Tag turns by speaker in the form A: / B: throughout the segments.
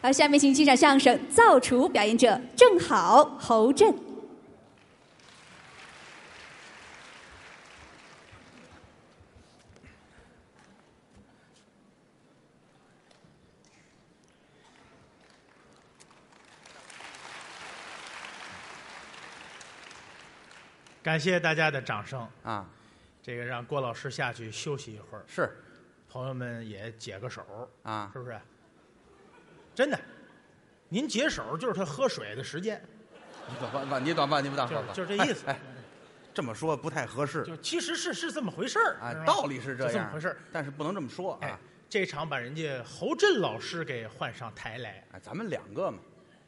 A: 好，下面请欣赏相声《造厨》，表演者正好侯震。
B: 感谢大家的掌声，
C: 啊，
B: 这个让郭老师下去休息一会儿，
C: 是
B: 朋友们也解个手，
C: 啊
B: 是不是？真的，您解手就是他喝水的时间，
C: 你短吧，吧你短吧，你不大
B: 就
C: 伙
B: 是
C: 吧，
B: 就是这意思
C: 哎，哎这么说不太合适
B: 就其实是是这么回事儿
C: 啊
B: 是吧，
C: 道理是这
B: 这么
C: 样
B: 回事儿。，
C: 但是不能这么说
B: 哎
C: 啊。，
B: 这场把人家侯震老师给换上台来，
C: 哎，咱们两个嘛，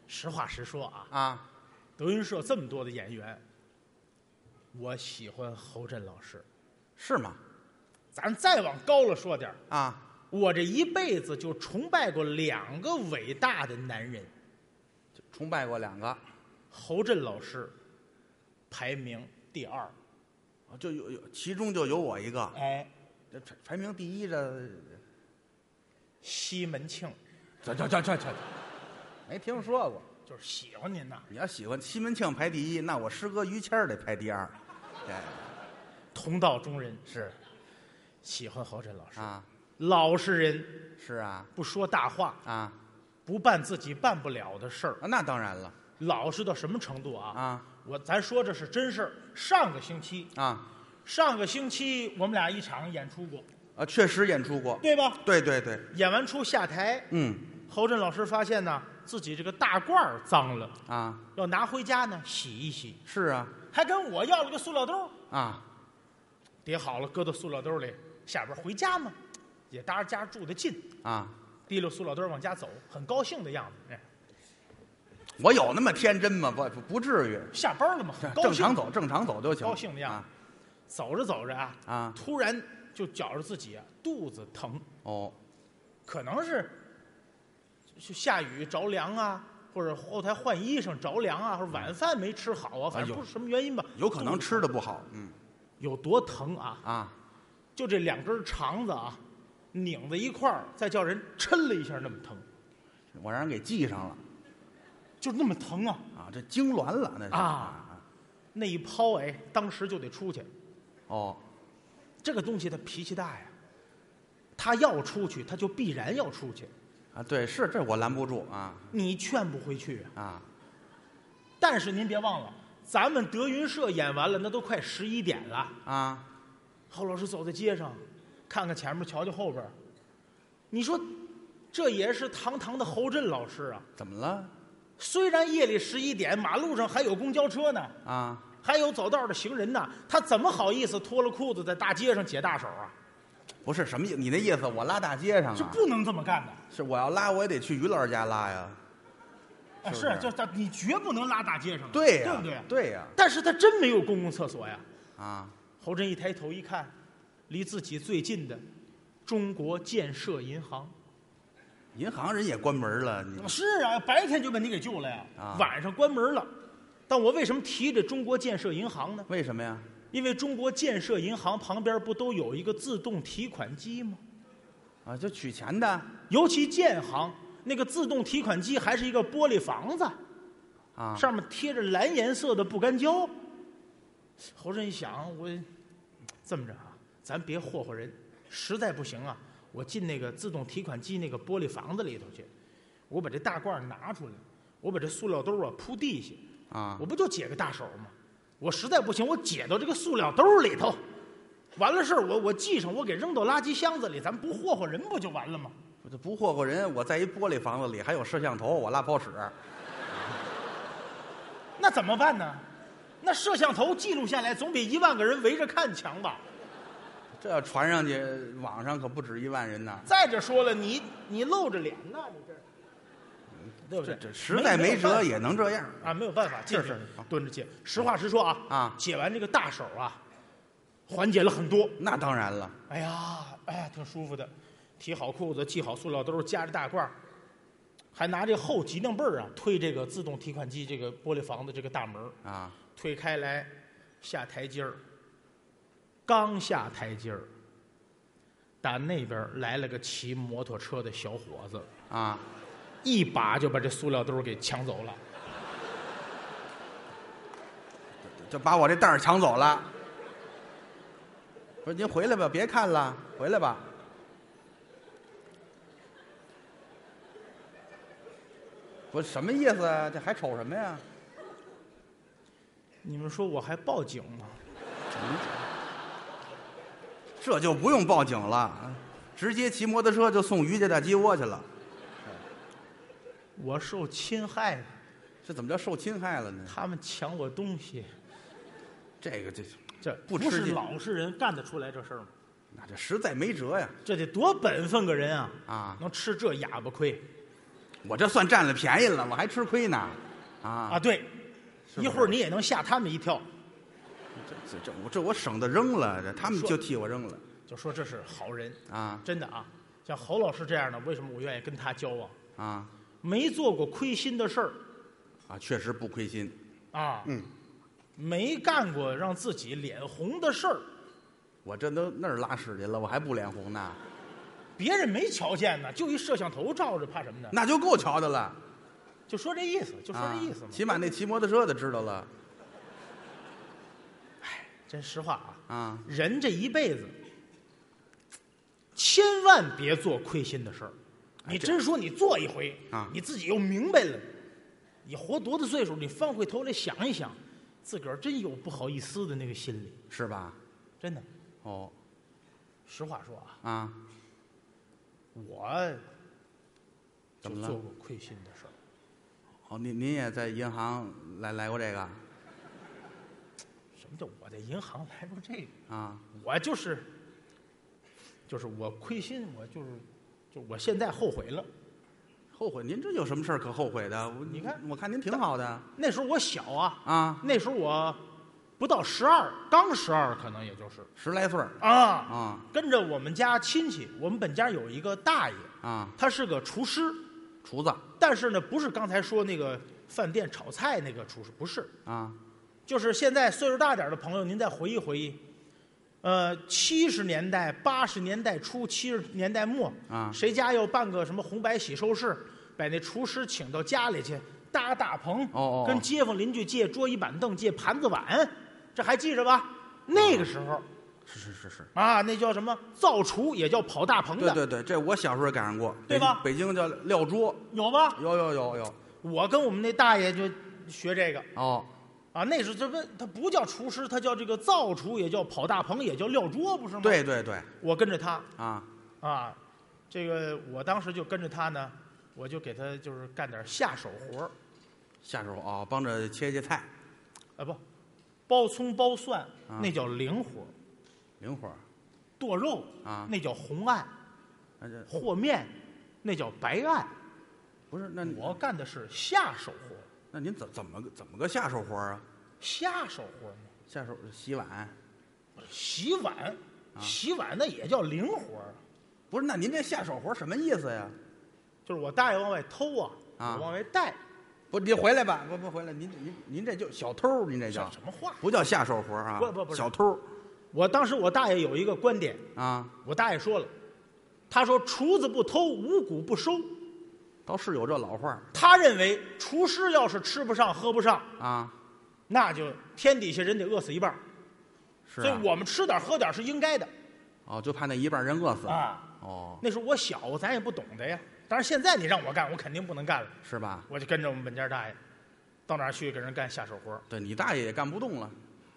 B: 实话实说啊，
C: 啊，
B: 德云社这么多的演员，我喜欢侯震老师。
C: 是吗？
B: 咱再往高了说点儿
C: 啊，
B: 我这一辈子就崇拜过两个伟大的男人，
C: 就崇拜过两个，
B: 侯震老师排名第二，
C: 就有有，其中就有我一个，
B: 哎，
C: 这排排名第一的，
B: 西门庆
C: 这这这这这，没听说过。
B: 就是喜欢您呐，
C: 你要喜欢西门庆排第一，那我师哥于谦儿得排第二，哎，
B: 同道中人，
C: 是
B: 喜欢侯震老师，
C: 啊，
B: 老实人
C: 是啊，
B: 不说大话，
C: 啊，
B: 不办自己办不了的事儿，
C: 啊那当然了，
B: 老实到什么程度啊？
C: 啊
B: 我咱说这是真事儿。上个星期，
C: 啊
B: 上个星期我们俩一场演出过，
C: 啊，确实演出过，
B: 对吧？
C: 对对对，
B: 演完出下台，
C: 嗯
B: 侯震老师发现呢自己这个大褂儿脏了，
C: 啊，
B: 要拿回家呢洗一洗，
C: 是啊
B: 还跟我要了个塑料兜儿，
C: 啊，
B: 叠好了搁到塑料兜里，下边回家嘛，也搭着家住得近，
C: 啊，
B: 提溜塑料兜往家走，很高兴的样子。哎，
C: 我有那么天真吗？不不不至于，
B: 下班了嘛，很高
C: 正
B: 兴
C: 常，走正常走就行。
B: 高兴的样
C: 啊
B: 子。走着走着啊，
C: 啊
B: 突然就觉着自己啊肚子疼，
C: 哦，
B: 可能是就下雨着凉啊，或者后台换衣裳着凉啊，或者晚饭没吃好啊，反正
C: 有
B: 不是什么原因吧。
C: 哎有可能
B: 肚子
C: 吃的不好，嗯
B: 有多疼啊？
C: 啊，
B: 就这两根肠子啊，拧在一块儿，再叫人抻了一下，那么疼，
C: 我让人给系上了
B: 就是那么疼啊！
C: 啊，这痉挛了那是
B: 啊，那一抛，哎，当时就得出去。
C: 哦，
B: 这个东西它脾气大呀，他要出去，他就必然要出去，
C: 啊对，是这我拦不住啊
B: 你劝不回去啊。
C: 啊，
B: 但是您别忘了，咱们德云社演完了，那都快十一点了。
C: 啊，
B: 侯老师走在街上，看看前面，瞧瞧后边儿，你说，这也是堂堂的侯震老师啊！
C: 怎么了
B: 虽然夜里十一点，马路上还有公交车呢，
C: 啊？
B: 还有走道的行人呢，他怎么好意思脱了裤子在大街上解大手啊？
C: 不是什么意，你那意思我拉大街上
B: 这
C: 啊？
B: 不能这么干的。
C: 是我要拉我也得去于老师家拉呀，
B: 啊，
C: 是不是
B: 就是他，你绝不能拉大街上啊，
C: 对呀、
B: 对不对？
C: 对呀、
B: 但是他真没有公共厕所呀。
C: 啊，
B: 侯震一抬头一看，离自己最近的中国建设银行。
C: 银行人也关门了，你
B: 是啊，白天就把你给救了呀，
C: 啊
B: 晚上关门了。但我为什么提这中国建设银行呢？
C: 为什么呀？
B: 因为中国建设银行旁边不都有一个自动提款机吗？
C: 啊，就取钱的
B: 尤其建行那个自动提款机还是一个玻璃房子，
C: 啊，
B: 上面贴着蓝颜色的不干胶。侯震一想，我嗯这么着啊，咱别霍霍人，实在不行啊，我进那个自动提款机那个玻璃房子里头去，我把这大褂拿出来，我把这塑料兜啊铺地下，
C: 啊
B: 我不就解个大手吗？我实在不行，我解到这个塑料兜里头，完了事儿我我系上，我给扔到垃圾箱子里，咱不霍霍人不就完了吗？
C: 我就不霍霍人，我在一玻璃房子里还有摄像头，我拉泡屎。
B: 那怎么办呢？那摄像头记录下来，总比一万个人围着看强吧？
C: 这要传上去，网上可不止一万人呢。
B: 再者说了，你你露着脸呢，你这，对不
C: 这
B: 对？
C: 嗯这实在没辙也能这样
B: 啊，没有办法，进去
C: 是是好
B: 蹲着解。实话实说啊，
C: 啊
B: 解完这个大手啊，缓解了很多。
C: 那当然了，
B: 哎呀，哎呀，挺舒服的。提好裤子，系好塑料兜，夹着大褂儿，还拿这后脊梁背儿啊推这个自动提款机这个玻璃房的这个大门儿，
C: 啊，
B: 推开来，下台阶儿。刚下台阶儿，打那边儿来了个骑摩托车的小伙子，
C: 啊，
B: 一把就把这塑料兜给抢走了。
C: 就把我这袋儿抢走了。不是您回来吧，别看了，回来吧。不是什么意思啊？这还瞅什么呀？
B: 你们说我还报警吗？
C: 这就不用报警了，直接骑摩托车就送于家大鸡窝去了。
B: 我受侵害了，
C: 这怎么叫受侵害了呢？
B: 他们抢我东西，
C: 这个这
B: 这
C: 不
B: 不
C: 吃
B: 是
C: 劲
B: 老实人干得出来这事儿吗？
C: 那这实在没辙呀！
B: 这得多本分个人啊！
C: 啊
B: 能吃这哑巴亏
C: 我这算占了便宜了，我还吃亏呢。啊，
B: 啊！对，
C: 不
B: 一
C: 是
B: 会儿你也能吓他们一跳，
C: 这这我这我省得扔了，这他们
B: 说
C: 就替我扔了
B: 就说这是好人，
C: 啊
B: 真的啊！像侯老师这样的，为什么我愿意跟他交往？
C: 啊
B: 没做过亏心的事儿
C: 啊！确实不亏心，
B: 啊，
C: 嗯，
B: 没干过让自己脸红的事儿，
C: 我这都那儿拉屎去了，我还不脸红呢，
B: 别人没瞧见呢，就一摄像头照着，怕什么呢？
C: 那就够瞧的了。
B: 就说这意思，就说
C: 啊
B: 这意思嘛。
C: 起码那骑摩托车的知道了
B: 真实话啊，
C: 啊，
B: 人这一辈子，千万别做亏心的事儿。你
C: 哎这
B: 真说你做一回
C: 啊
B: 你自己又明白了，你活多大岁数，你翻回头来想一想，自个儿真有不好意思的那个心理，
C: 是吧？
B: 真的。
C: 哦
B: 实话说啊，
C: 啊，
B: 我就
C: 怎么了
B: 做过亏心的事儿。
C: 哦，您您也在银行来来过这个
B: 什么叫我在银行来过这个？
C: 啊？
B: 我就是，就是我亏心，我就是，就我现在后悔了。
C: 后悔？您这有什么事儿可后悔的？我
B: 你看
C: 我看您挺好的
B: 那时候我小啊，
C: 啊，
B: 那时候我不到十二，刚十二，可能也就是
C: 十来岁儿
B: 啊。
C: 啊
B: 跟着我们家亲戚，我们本家有一个大爷，
C: 啊，
B: 他是个厨师，
C: 厨子
B: 但是呢，不是刚才说那个饭店炒菜那个厨师，不是，
C: 啊，
B: 就是现在岁数大点儿的朋友，您再回忆回忆，呃，七十年代、八十年代初、七十年代末
C: 啊
B: 谁家要办个什么红白喜寿事，把那厨师请到家里去，搭大棚，
C: 哦哦
B: 跟街坊邻居借桌椅板凳、借盘子碗，这还记着吧？那个时候
C: 是是是是，
B: 啊，那叫什么造厨，也叫跑大棚
C: 对
B: 的，
C: 对对，这我小时候也赶上过，
B: 对吧
C: 北京北京叫撂桌，
B: 有吧？
C: 有有有有
B: 我跟我们那大爷就学这个
C: 哦，
B: 啊，那时候这不他不叫厨师，他叫这个造厨，也叫跑大棚，也叫撂桌，不是吗？
C: 对对对
B: 我跟着他
C: 啊，
B: 啊，这个我当时就跟着他呢，我就给他就是干点下手活儿，
C: 下手啊，帮着切切菜，
B: 啊不，包葱包蒜、
C: 啊
B: 那叫零活儿，
C: 灵活儿
B: 剁肉
C: 啊
B: 那叫红案，
C: 那这
B: 和面那叫白案。
C: 不是那
B: 我干的是下手活儿，
C: 那您怎怎么个怎么个下手活儿啊？
B: 下手活儿嘛，
C: 下手洗碗
B: 洗碗，
C: 啊
B: 洗碗那也叫零活儿，
C: 不是？那您这下手活儿什么意思呀？
B: 就是我大爷往外偷啊，
C: 啊
B: 我往外带，
C: 不，您回来吧，不不回来，您您您这就小偷儿，您这
B: 这
C: 叫
B: 什么话？
C: 不叫下手活儿啊？
B: 不不不是
C: 小偷儿
B: 我当时我大爷有一个观点，
C: 啊，
B: 我大爷说了，他说厨子不偷，五谷不收。
C: 倒是有这老话儿
B: 他认为厨师要是吃不上喝不上，
C: 啊，
B: 那就天底下人得饿死一半儿。
C: 是
B: 所
C: 啊
B: 以我们吃点儿喝点儿是应该的
C: 哦，就怕那一半儿人饿死
B: 啊。
C: 哦，
B: 那时候我小，咱也不懂得呀。但是现在你让我干，我肯定不能干了。
C: 是吧？
B: 我就跟着我们本家大爷，到哪儿去给人干下手活儿。
C: 对你大爷也干不动了，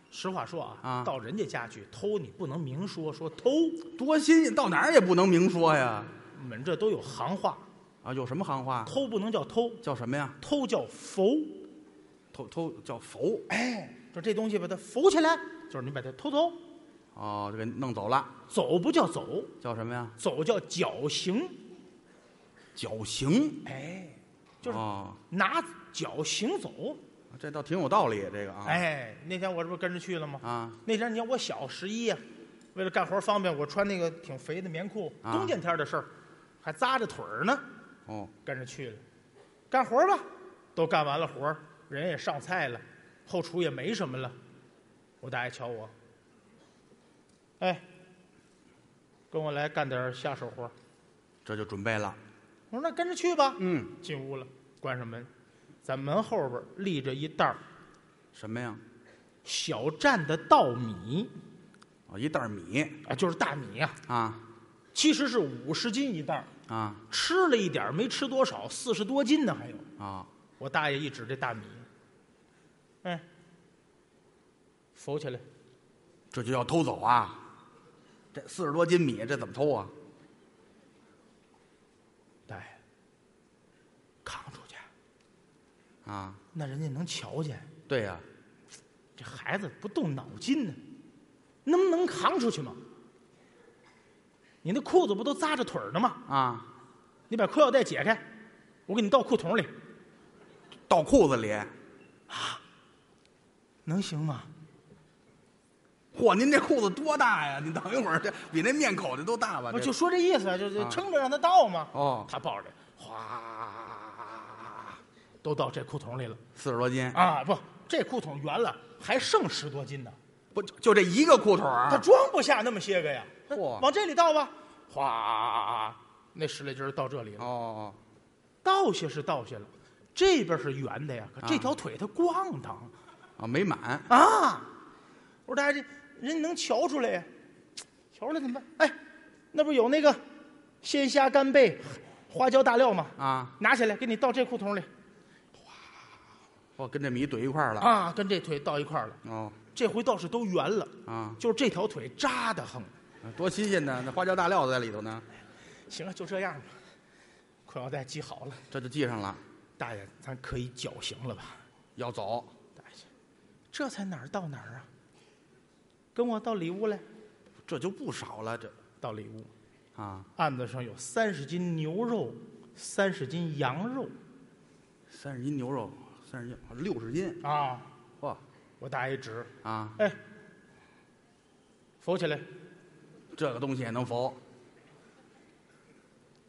B: 实话说啊，
C: 啊
B: 到人家家去偷，你不能明说说偷，
C: 多新鲜，到哪儿也不能明说呀。
B: 我们这都有行话，
C: 啊，有什么行话？
B: 偷不能叫偷，
C: 叫什么呀？
B: 偷叫佛。
C: 偷偷叫佛
B: 哎，就这东西把它浮起来，就是你把它偷走，
C: 哦，就给弄走了，
B: 走不叫走，
C: 叫什么呀？
B: 走叫绞刑。
C: 绞刑
B: 哎，就是
C: 哦，
B: 拿脚行走。
C: 这倒挺有道理，这个啊，
B: 哎，那天我这不跟着去了吗？
C: 啊，
B: 那天你看我小十一呀，为了干活方便，我穿那个挺肥的棉裤，
C: 啊
B: 冬天天的事儿，还扎着腿儿呢，
C: 哦，
B: 跟着去了。干活吧，都干完了活儿，人也上菜了，后厨也没什么了。我大爷瞧我，哎，跟我来干点下手活儿。
C: 这就准备了，
B: 我说那跟着去吧。
C: 嗯，
B: 进屋了，关上门，在门后边立着一袋儿
C: 什么呀？
B: 小站的稻米
C: 哦，一袋米
B: 啊，就是大米呀、
C: 啊
B: 其实是五十斤一袋儿，
C: 啊
B: 吃了一点儿没吃多少，四十多斤呢还有。
C: 啊！
B: 我大爷一指这大米，哎，扶起来，
C: 这就要偷走啊？这四十多斤米，这怎么偷啊？
B: 大爷，扛出去，
C: 啊，
B: 那人家能瞧见。
C: 对呀、
B: 这孩子不动脑筋呢，能不能扛出去吗？你那裤子不都扎着腿儿呢吗？
C: 啊，
B: 你把裤腰带解开，我给你倒裤筒里，
C: 倒裤子里。
B: 能行吗？
C: 嚯，您这裤子多大呀？您等一会儿，这比那面口的都大吧？
B: 我
C: 啊这
B: 就说这意思，就是
C: 啊
B: 撑着让他倒嘛。
C: 哦，
B: 他抱着，哗，都到这裤筒里了
C: 四十多斤，
B: 啊！不，这裤筒圆了，还剩十多斤呢，
C: 不就就这一个裤腿儿
B: 他
C: 啊？
B: 装不下那么些个呀。
C: 嚯
B: 往这里倒吧，哗，那十来斤儿到这里了。
C: 哦，
B: 倒下是倒下了，这边是圆的呀，可
C: 啊
B: 这条腿它咣当
C: 啊，没满，
B: 啊！我说大家这人能瞧出来呀，瞧出来怎么办？哎，那不是有那个鲜虾干贝、花椒大料吗？
C: 啊，
B: 拿起来给你倒这裤筒里
C: 我跟这米怼一块儿了。
B: 啊，跟这腿倒一块儿了。
C: 哦，
B: 这回倒是都圆了，
C: 啊，
B: 就是这条腿扎的很。
C: 多新鲜呢！那花椒大料在里头呢，
B: 行了，就这样吧，裤腰带系好了，
C: 这就系上了。
B: 大爷，咱可以绞刑了吧？
C: 要走，
B: 大爷，这才哪儿到哪儿啊？跟我到里屋来，
C: 这就不少了，这
B: 到里屋。
C: 啊，
B: 案子上有三十斤牛肉，三十斤羊肉
C: 三十斤牛肉，三十斤六十斤，
B: 啊！
C: 嚯
B: 我大爷指，
C: 啊，
B: 哎，扶起来，
C: 这个东西也能缝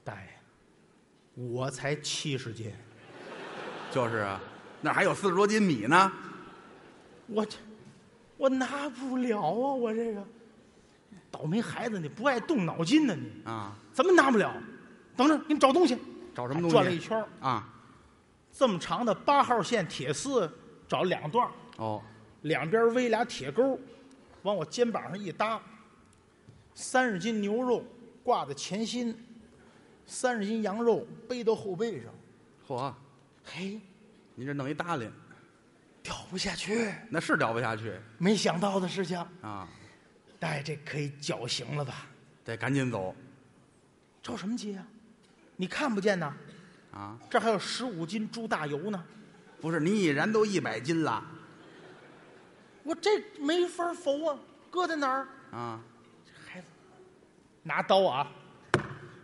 B: 大爷，我才七十斤，
C: 就是啊，那儿还有四十多斤米呢，
B: 我这我拿不了啊，我这个倒霉孩子，你不爱动脑筋呢、你
C: 啊，
B: 怎么拿不了？等着，给你找东西，哎
C: 找什么东西？
B: 转了一圈儿，
C: 啊，
B: 这么长的八号线铁丝，找两段儿，
C: 哦，
B: 两边围俩铁钩，往我肩膀上一搭，三十斤牛肉挂在前心，三十斤羊肉背到后背上，
C: 嚯，
B: 嘿，
C: 您这弄一搭领，
B: 掉不下去。
C: 那是掉不下去
B: 没想到的事情，
C: 啊，
B: 大爷这可以绞刑了吧？
C: 得赶紧走
B: 着什么急啊？你看不见呐？
C: 啊！
B: 这还有十五斤猪大油呢，
C: 不是，你已然都一百斤了
B: 我这没法缝啊，搁在哪儿？
C: 啊，
B: 孩子，拿刀啊，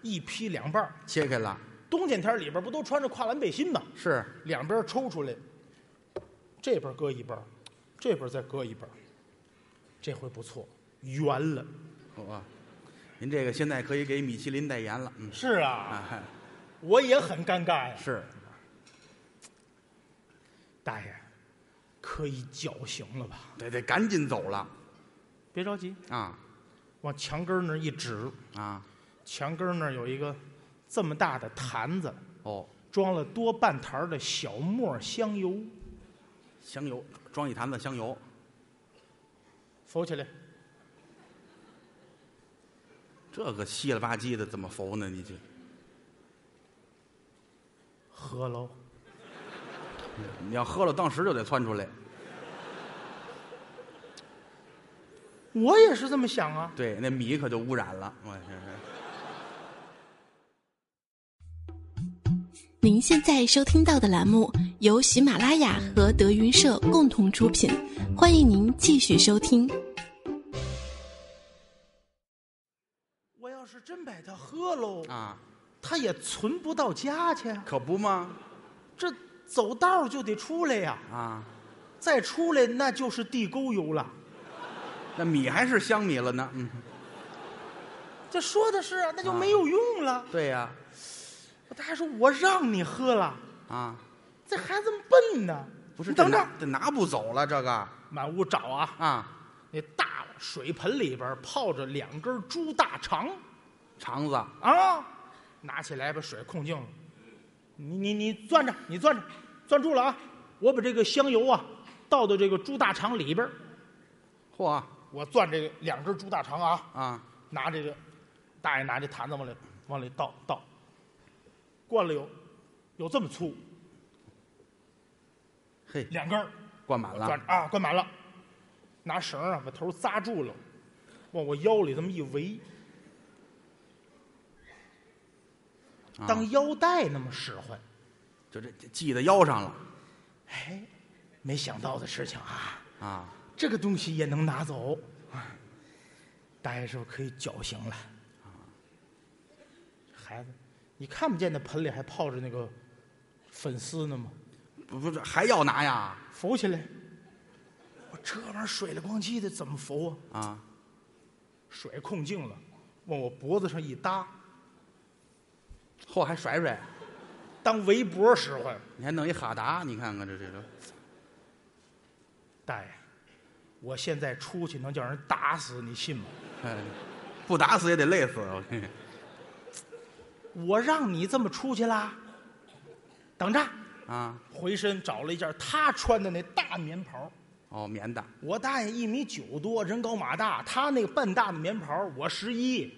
B: 一劈两半儿
C: 切开了，
B: 冬天天儿里边不都穿着跨栏背心吗？
C: 是
B: 两边抽出来，这边搁一半儿，这边再搁一半儿，这回不错，圆了。
C: 我，您这个现在可以给米其林代言了，嗯，
B: 是啊，
C: 啊，
B: 我也很尴尬呀，
C: 是
B: 大爷，可以绞刑了吧？
C: 得得赶紧走了
B: 别着急，
C: 啊
B: 往墙根儿那儿一指，
C: 啊！
B: 墙根儿那儿有一个这么大的坛子，
C: 哦，
B: 装了多半坛儿的小磨香油，
C: 香油装一坛子香油，
B: 扶起来，
C: 这个稀了吧唧的怎么缝呢？你这
B: 喝喽。
C: 你要喝了，当时就得窜出来。
B: 我也是这么想啊。
C: 对，那米可就污染了。我这是。
D: 您现在收听到的栏目由喜马拉雅和德云社共同出品，欢迎您继续收听。
B: 我要是真把它喝喽，
C: 啊，
B: 它也存不到家去啊。
C: 可不吗？
B: 这走道儿就得出来呀、
C: 啊，
B: 再出来那就是地沟油了。
C: 那米还是香米了呢。嗯，
B: 这说的是啊，那就没有用了。
C: 对呀、
B: 他还说我让你喝了，
C: 啊，
B: 这孩子笨呢。
C: 不是，
B: 你等
C: 这
B: 着
C: 拿，，这拿不走了，这个
B: 满屋找啊，
C: 啊，
B: 那大水盆里边泡着两根猪大肠
C: 肠子
B: 啊，拿起来把水控净了。你你你攥着，你攥着，攥住了啊！我把这个香油啊倒到这个猪大肠里边儿
C: 嚯
B: 我攥这个两只猪大肠啊，
C: 啊，
B: 拿这个，大爷拿这坛子往里往里倒倒，灌了有有这么粗
C: 嘿，
B: 两根儿，
C: 灌满
B: 攥
C: 了，
B: 啊灌满了，拿绳儿啊把头儿扎住了，往我腰里这么一围，
C: 啊
B: 当腰带那么使唤。
C: 就这这系在腰上了
B: 哎，没想到的事情啊，
C: 啊，
B: 这个东西也能拿走。大爷说可以绞刑了。孩子，你看不见那盆里还泡着那个粉丝呢吗？
C: 不不是还要拿呀
B: 浮起来。我这玩意儿水了光气的，怎么浮啊？
C: 啊，
B: 水控净了，往我脖子上一搭，
C: 嚯还甩甩，
B: 当围脖使唤。
C: 你还弄一哈达，你看看这这这，
B: 大爷，我现在出去能叫人打死，你信吗？
C: 哎， 不打死也得累死，我跟你
B: 我让你这么出去啦，等着。
C: 啊，
B: 回身找了一件他穿的那大棉袍。
C: 哦棉的，
B: 我大爷一米九多，人高马大，他那个半大的棉袍，我十一，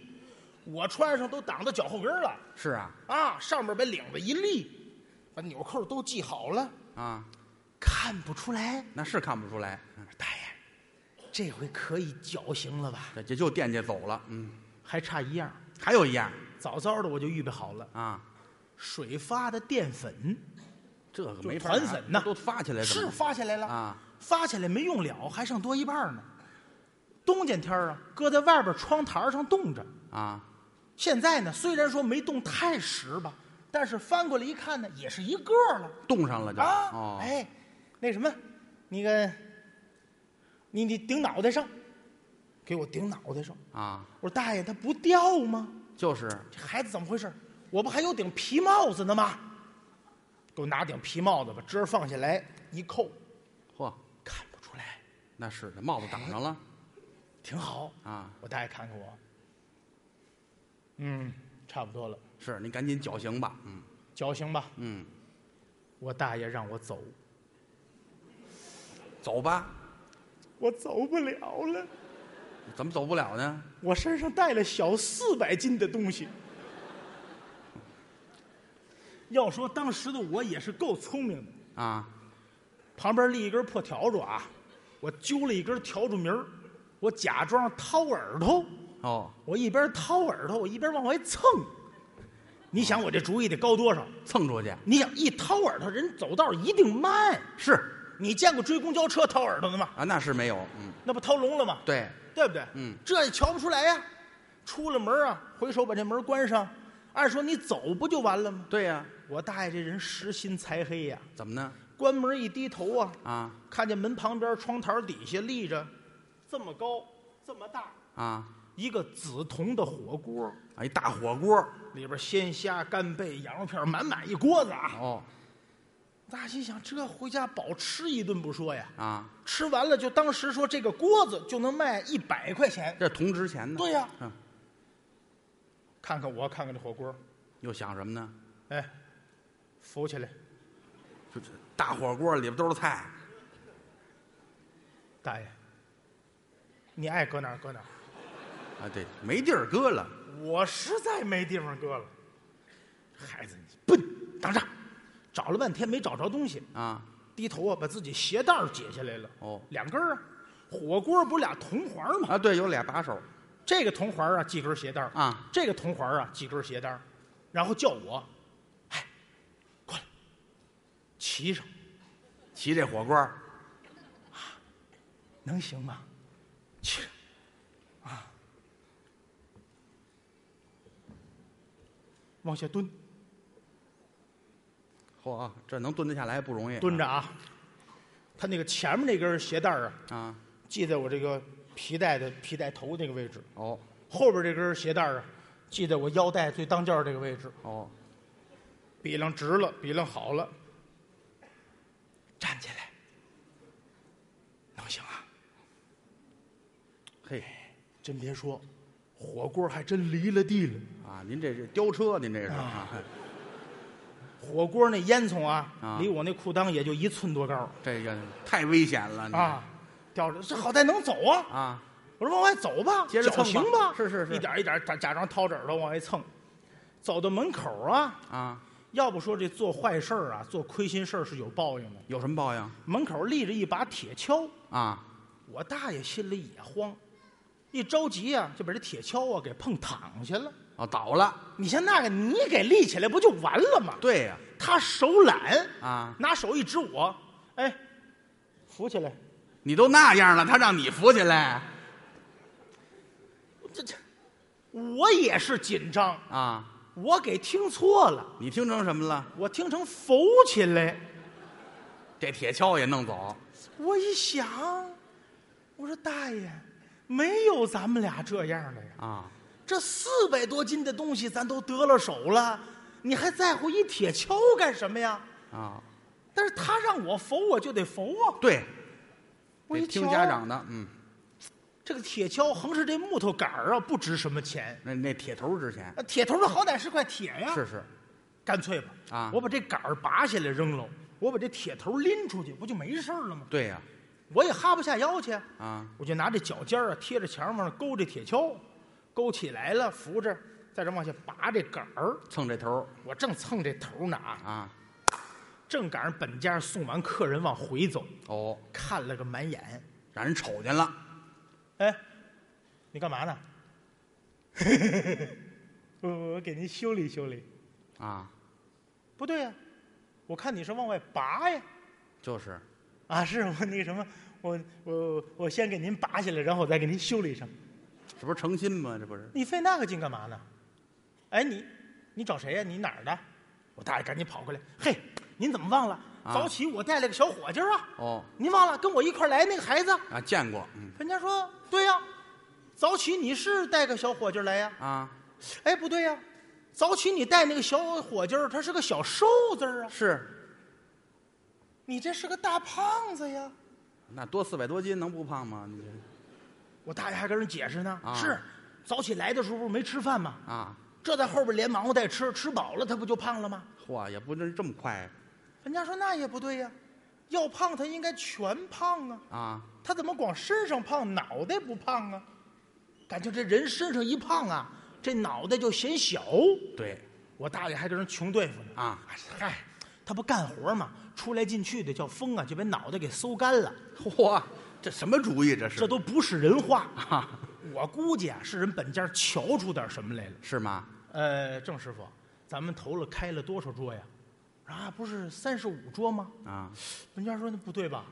B: 我穿上都挡到脚后跟儿了
C: 是啊
B: 啊！上面把领子一立，把纽扣都系好了，
C: 啊，
B: 看不出来。
C: 那是看不出来，嗯
B: 大爷，这回可以绞刑了吧？
C: 这也就惦记走了，嗯，
B: 还差一样，
C: 还有一样
B: 早早的我就预备好了，
C: 啊，
B: 水发的淀粉
C: 这个
B: 就
C: 没法
B: 团
C: 拿
B: 粉呐
C: 都发起来怎
B: 是
C: 么
B: 发下来了
C: 啊，
B: 发起来没用了，还剩多一半儿呢。冬天天儿啊，搁在外边窗台上冻着。
C: 啊，
B: 现在呢，虽然说没冻太实吧，但是翻过来一看呢，也是一个了
C: 冻上了就
B: 啊！
C: 哦，
B: 哎，那什么，那个，你你顶脑袋上，给我顶脑袋上。
C: 啊，
B: 我说大爷，它不掉吗？
C: 就是
B: 这孩子怎么回事？我不还有顶皮帽子呢吗？给我拿顶皮帽子，把遮放下来，一扣，
C: 嚯，
B: 看不出来，
C: 那是的帽子挡上了
B: 挺好。
C: 啊，
B: 我大爷看看我，嗯，差不多了，
C: 是你赶紧绞刑吧，嗯
B: 绞刑吧。
C: 嗯，
B: 我大爷让我走，
C: 走吧，
B: 我走不了了。
C: 怎么走不了呢？
B: 我身上带了小四百斤的东西。 要说当时的我也是够聪明的，
C: 啊，
B: 旁边立一根破笤帚啊，我揪了一根笤帚苗儿我假装掏耳朵，
C: 哦，
B: 我一边掏耳朵，我一边往外蹭。你想我这主意得高多少？
C: 蹭出去
B: 你想一掏耳朵，人走道一定慢。
C: 是
B: 你见过追公交车掏耳朵的吗？
C: 啊，那是没有，嗯，
B: 那不掏聋了吗？
C: 对，
B: 对不对？
C: 嗯，
B: 这也瞧不出来呀、出了门啊，回手把这门关上，按说你走不就完了吗？
C: 对呀、
B: 我大爷这人实心才黑呀、
C: 怎么呢？
B: 关门一低头啊，
C: 啊
B: 看见门旁边窗台底下立着这么高这么大
C: 啊
B: 一个紫铜的火锅，
C: 啊，一大火锅，
B: 里边鲜虾、干贝、羊肉片满满一锅子啊！
C: 哦
B: 大爷心想，这回家饱吃一顿不说呀，
C: 啊，
B: 吃完了就当时说这个锅子就能卖一百块钱。
C: 这铜值钱呢。
B: 对呀
C: 嗯，
B: 看看我，看看这火锅，
C: 又想什么呢？
B: 哎，扶起来。
C: 就这大火锅里边都是菜，
B: 大爷，你爱搁哪儿搁哪儿，
C: 啊，对，没地儿搁了，
B: 我实在没地方搁了。孩子，你笨，等着，找了半天没找着东西，
C: 啊，
B: 低头啊，把自己鞋带儿解下来了。
C: 哦
B: 两根儿啊，火锅不是俩铜环儿吗？
C: 啊，对，有俩把手，
B: 这个铜环儿啊系根鞋带儿
C: 啊，
B: 这个铜环儿啊系根鞋带儿，然后叫我，哎，过来，骑上
C: 骑这火锅儿，
B: 能行吗？骑上。啊，往下蹲，
C: 嚯、这能蹲得下来不容易。
B: 蹲着啊。他那个前面那根鞋带儿啊，
C: 啊，
B: 系在我这个皮带的皮带头那个位置，
C: 哦
B: 后边这根鞋带儿啊，系在我腰带最当间儿这个位置。
C: 哦，
B: 比量直了，比量好了，站起来，能行啊？
C: 嘿，
B: 真别说，火锅还真离了地了。
C: 啊，您这是吊车，您这是啊，
B: 火锅那烟囱啊，
C: 啊
B: 离我那裤裆也就一寸多高
C: 这个太危险了你
B: 啊，吊着。这好歹能走啊！
C: 啊！
B: 我说往外走吧，
C: 接着蹭吧
B: 侥幸吧，
C: 是是是
B: 一点一点假假装掏着耳朵往外蹭，走到门口啊，
C: 啊，
B: 要不说这做坏事儿啊，做亏心事儿是有报应的。
C: 有什么报应
B: 门口立着一把铁锹，
C: 啊？
B: 我大爷心里也慌，一着急啊，就把这铁锹啊给碰躺下了。
C: 哦，倒了，
B: 你像那个你给立起来不就完了吗？
C: 对呀、
B: 他手懒
C: 啊
B: 拿手一指我，哎，扶起来，
C: 你都那样了，他让你扶起来
B: 这这，我也是紧张，
C: 啊？
B: 我给听错了，
C: 你听成什么了？
B: 我听成扶起来。
C: 这铁锹也弄走，
B: 我一想，我说大爷，没有咱们俩这样的呀。
C: 啊，
B: 这四百多斤的东西咱都得了手了，你还在乎一铁锹干什么呀？
C: 啊，
B: 但是他让我扶，我就得扶啊。
C: 对，
B: 我一
C: 得听
B: 瞧
C: 家长的，嗯，
B: 这个铁锹横是这木头杆儿啊，不值什么钱。
C: 那那铁头之前
B: 啊铁头儿好歹是块铁呀。
C: 是，是
B: 干脆吧。
C: 啊
B: 我把这杆儿拔下来扔了，我把这铁头儿拎出去，不就没事儿了吗？
C: 对呀、
B: 我也哈不下腰去啊。
C: 啊，
B: 我就拿这脚尖儿啊贴着墙往上勾这铁锹，勾起来了，扶着，在这往下拔这杆儿。
C: 蹭这头
B: 我正蹭这头儿呢啊，
C: 啊，
B: 正赶上本家送完客人往回走，
C: 哦，
B: 看了个满眼。
C: 让人瞅见了，
B: 哎，你干嘛呢？ 我我给您修理修理。
C: 啊，
B: 不对呀、啊我看你是往外拔呀。
C: 就是
B: 啊，是我那个什么，我我我先给您拔下来，然后我再给您修理上。
C: 这不是诚心吗？这不是
B: 你费那个劲干嘛呢？哎，你你找谁呀、你哪儿的？我大爷赶紧跑过来，嘿，您怎么忘了？
C: 啊
B: 早起我带了个小伙计儿啊，
C: 哦
B: 您忘了跟我一块儿来那个孩子？
C: 啊，见过，嗯
B: 人家说对呀、早起你是带个小伙计儿来呀、
C: 啊，
B: 哎，不对呀、早起你带那个小伙计儿，他是个小瘦子儿啊，
C: 是，
B: 你这是个大胖子呀。
C: 那多四百多斤能不胖吗？你这
B: 我大爷还跟人解释呢，
C: 啊
B: 是早起来的时候不是没吃饭吗？
C: 啊，
B: 这在后边连忙活带吃，吃饱了他不就胖了吗？
C: 嚯，也不能这么快
B: 人家说那也不对呀、要胖他应该全胖啊，
C: 啊，
B: 他怎么光身上胖，脑袋不胖啊？感情这人身上一胖啊，这脑袋就显小。
C: 对，
B: 我大爷还跟人穷对付呢
C: 啊！
B: 嗨，他不干活嘛，出来进去的叫风啊，就把脑袋给搜干了，
C: 嚯，这什么主意这是？
B: 这都不是人话。
C: 啊，
B: 我估计啊，是人本家瞧出点什么来了。
C: 是吗？
B: 呃，郑师傅，咱们头了开了多少桌呀？啊，不是三十五桌吗？
C: 啊，
B: 人家说那不对吧？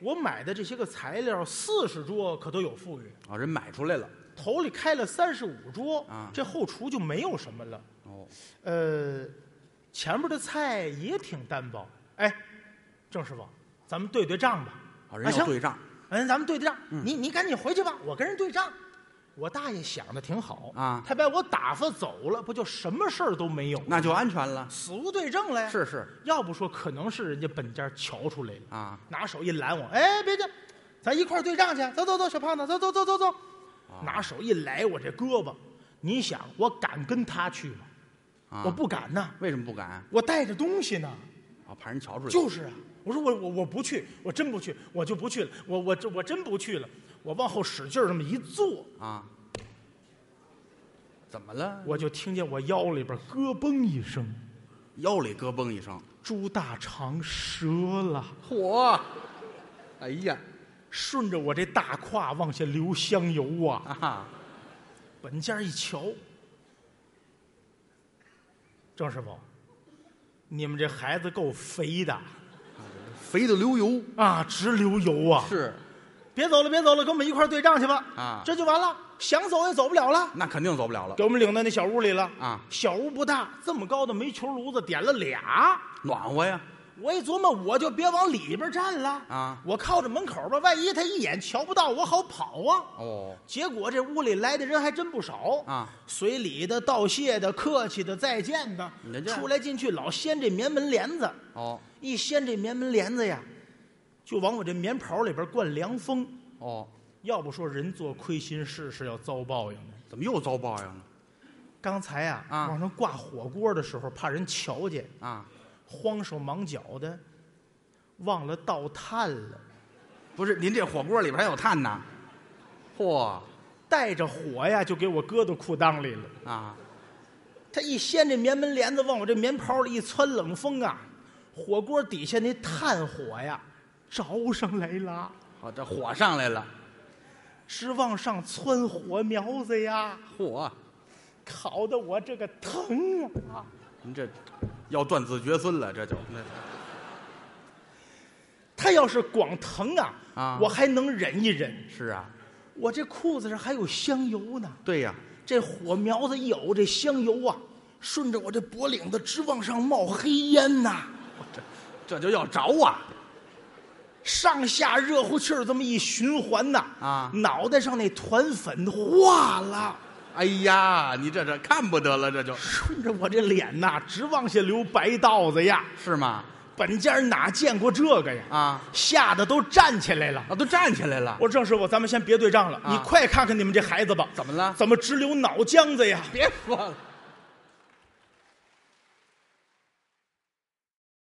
B: 我买的这些个材料，四十桌可都有富裕，
C: 哦，人买出来了，
B: 头里开了三十五桌，
C: 啊
B: 这后厨就没有什么了。
C: 哦，
B: 呃，前面的菜也挺单薄。哎，郑师傅，咱们对对账吧。
C: 哦，人要对账
B: 嗯，咱们对对账。你你赶紧回去吧，我跟人对账。我大爷想的挺好
C: 啊
B: 他把我打发走了，不就什么事儿都没有，
C: 那就安全了，
B: 死无对证了呀。
C: 是是
B: 要不说可能是人家本家瞧出来了
C: 啊，
B: 拿手一拦我，哎，别介，咱一块儿对账去，走走走，小胖子，走走走走走。
C: 啊
B: 拿手一来我这胳膊，你想我敢跟他去吗？
C: 啊，
B: 我不敢呐，
C: 为什么不敢？
B: 我带着东西呢。
C: 啊，怕人瞧出来，
B: 就是啊，我说我我我不去，我真不去，我就不去了，我我这我真不去了。我往后使劲儿这么一坐，
C: 啊，怎么了？
B: 我就听见我腰里边咯嘣一声，
C: 腰里咯嘣一声，
B: 猪大肠折了，
C: 嚯，哎呀，
B: 顺着我这大胯往下流香油啊！
C: 啊哈，
B: 本家一瞧，郑师傅，你们这孩子够肥的
C: 肥的流油，
B: 啊，直流油啊！
C: 是，
B: 别走了，别走了，跟我们一块儿对账去吧！
C: 啊
B: 这就完了，想走也走不了了。
C: 那肯定走不了了
B: 给，我们领到那小屋里了
C: 啊
B: 小屋不大，这么高的煤球炉子点了俩。
C: 暖和呀，
B: 我一琢磨，我就别往里边站了
C: 啊
B: 我靠着门口吧，万一他一眼瞧不到，我好跑啊。
C: 哦，
B: 结果这屋里来的人还真不少
C: 啊，
B: 随礼的、道谢的、客气的、再见的
C: 你这，这
B: 出来进去老掀这棉门帘子，
C: 哦，
B: 一掀这棉门帘子呀，就往我这棉袍里边灌凉风，
C: 哦，
B: 要不说人做亏心事是要遭报应的。
C: 怎么又遭报应了？
B: 刚才呀、
C: 啊
B: 往上挂火锅的时候，怕人瞧见，
C: 啊，
B: 慌手忙脚的，忘了倒炭了，
C: 不是，您这火锅里边还有碳呢。嚯
B: 带着火呀就给我搁到裤裆里了。
C: 啊，
B: 他一掀这棉门帘子，往我这棉袍里一窜，冷风啊，火锅底下那炭火呀着上来了，
C: 好，这火上来了。
B: 直往上窜火苗子呀，
C: 嚯，
B: 烤得我这个疼啊！
C: 您这要断子绝孙了，这就
B: 他要是光疼啊，
C: 啊
B: 我还能忍一忍。
C: 是啊，
B: 我这裤子上还有香油呢，
C: 对呀、
B: 这火苗子有这香油啊，顺着我这脖领子直往上冒黑烟呐、
C: 这这就要着啊。
B: 上下热乎气儿这么一循环呐、
C: 啊
B: 脑袋上那团粉化了，
C: 哎呀，你这这看不得了，这就
B: 顺着我这脸呐、直往下流白道子呀！
C: 是吗？
B: 本家哪见过这个呀？
C: 啊
B: 吓得都站起来了。
C: 啊，都站起来了。
B: 我说郑师傅，咱们先别对账了，
C: 啊
B: 你快看看你们这孩子吧，
C: 怎么了
B: 怎么直流脑浆子呀？
C: 别说了，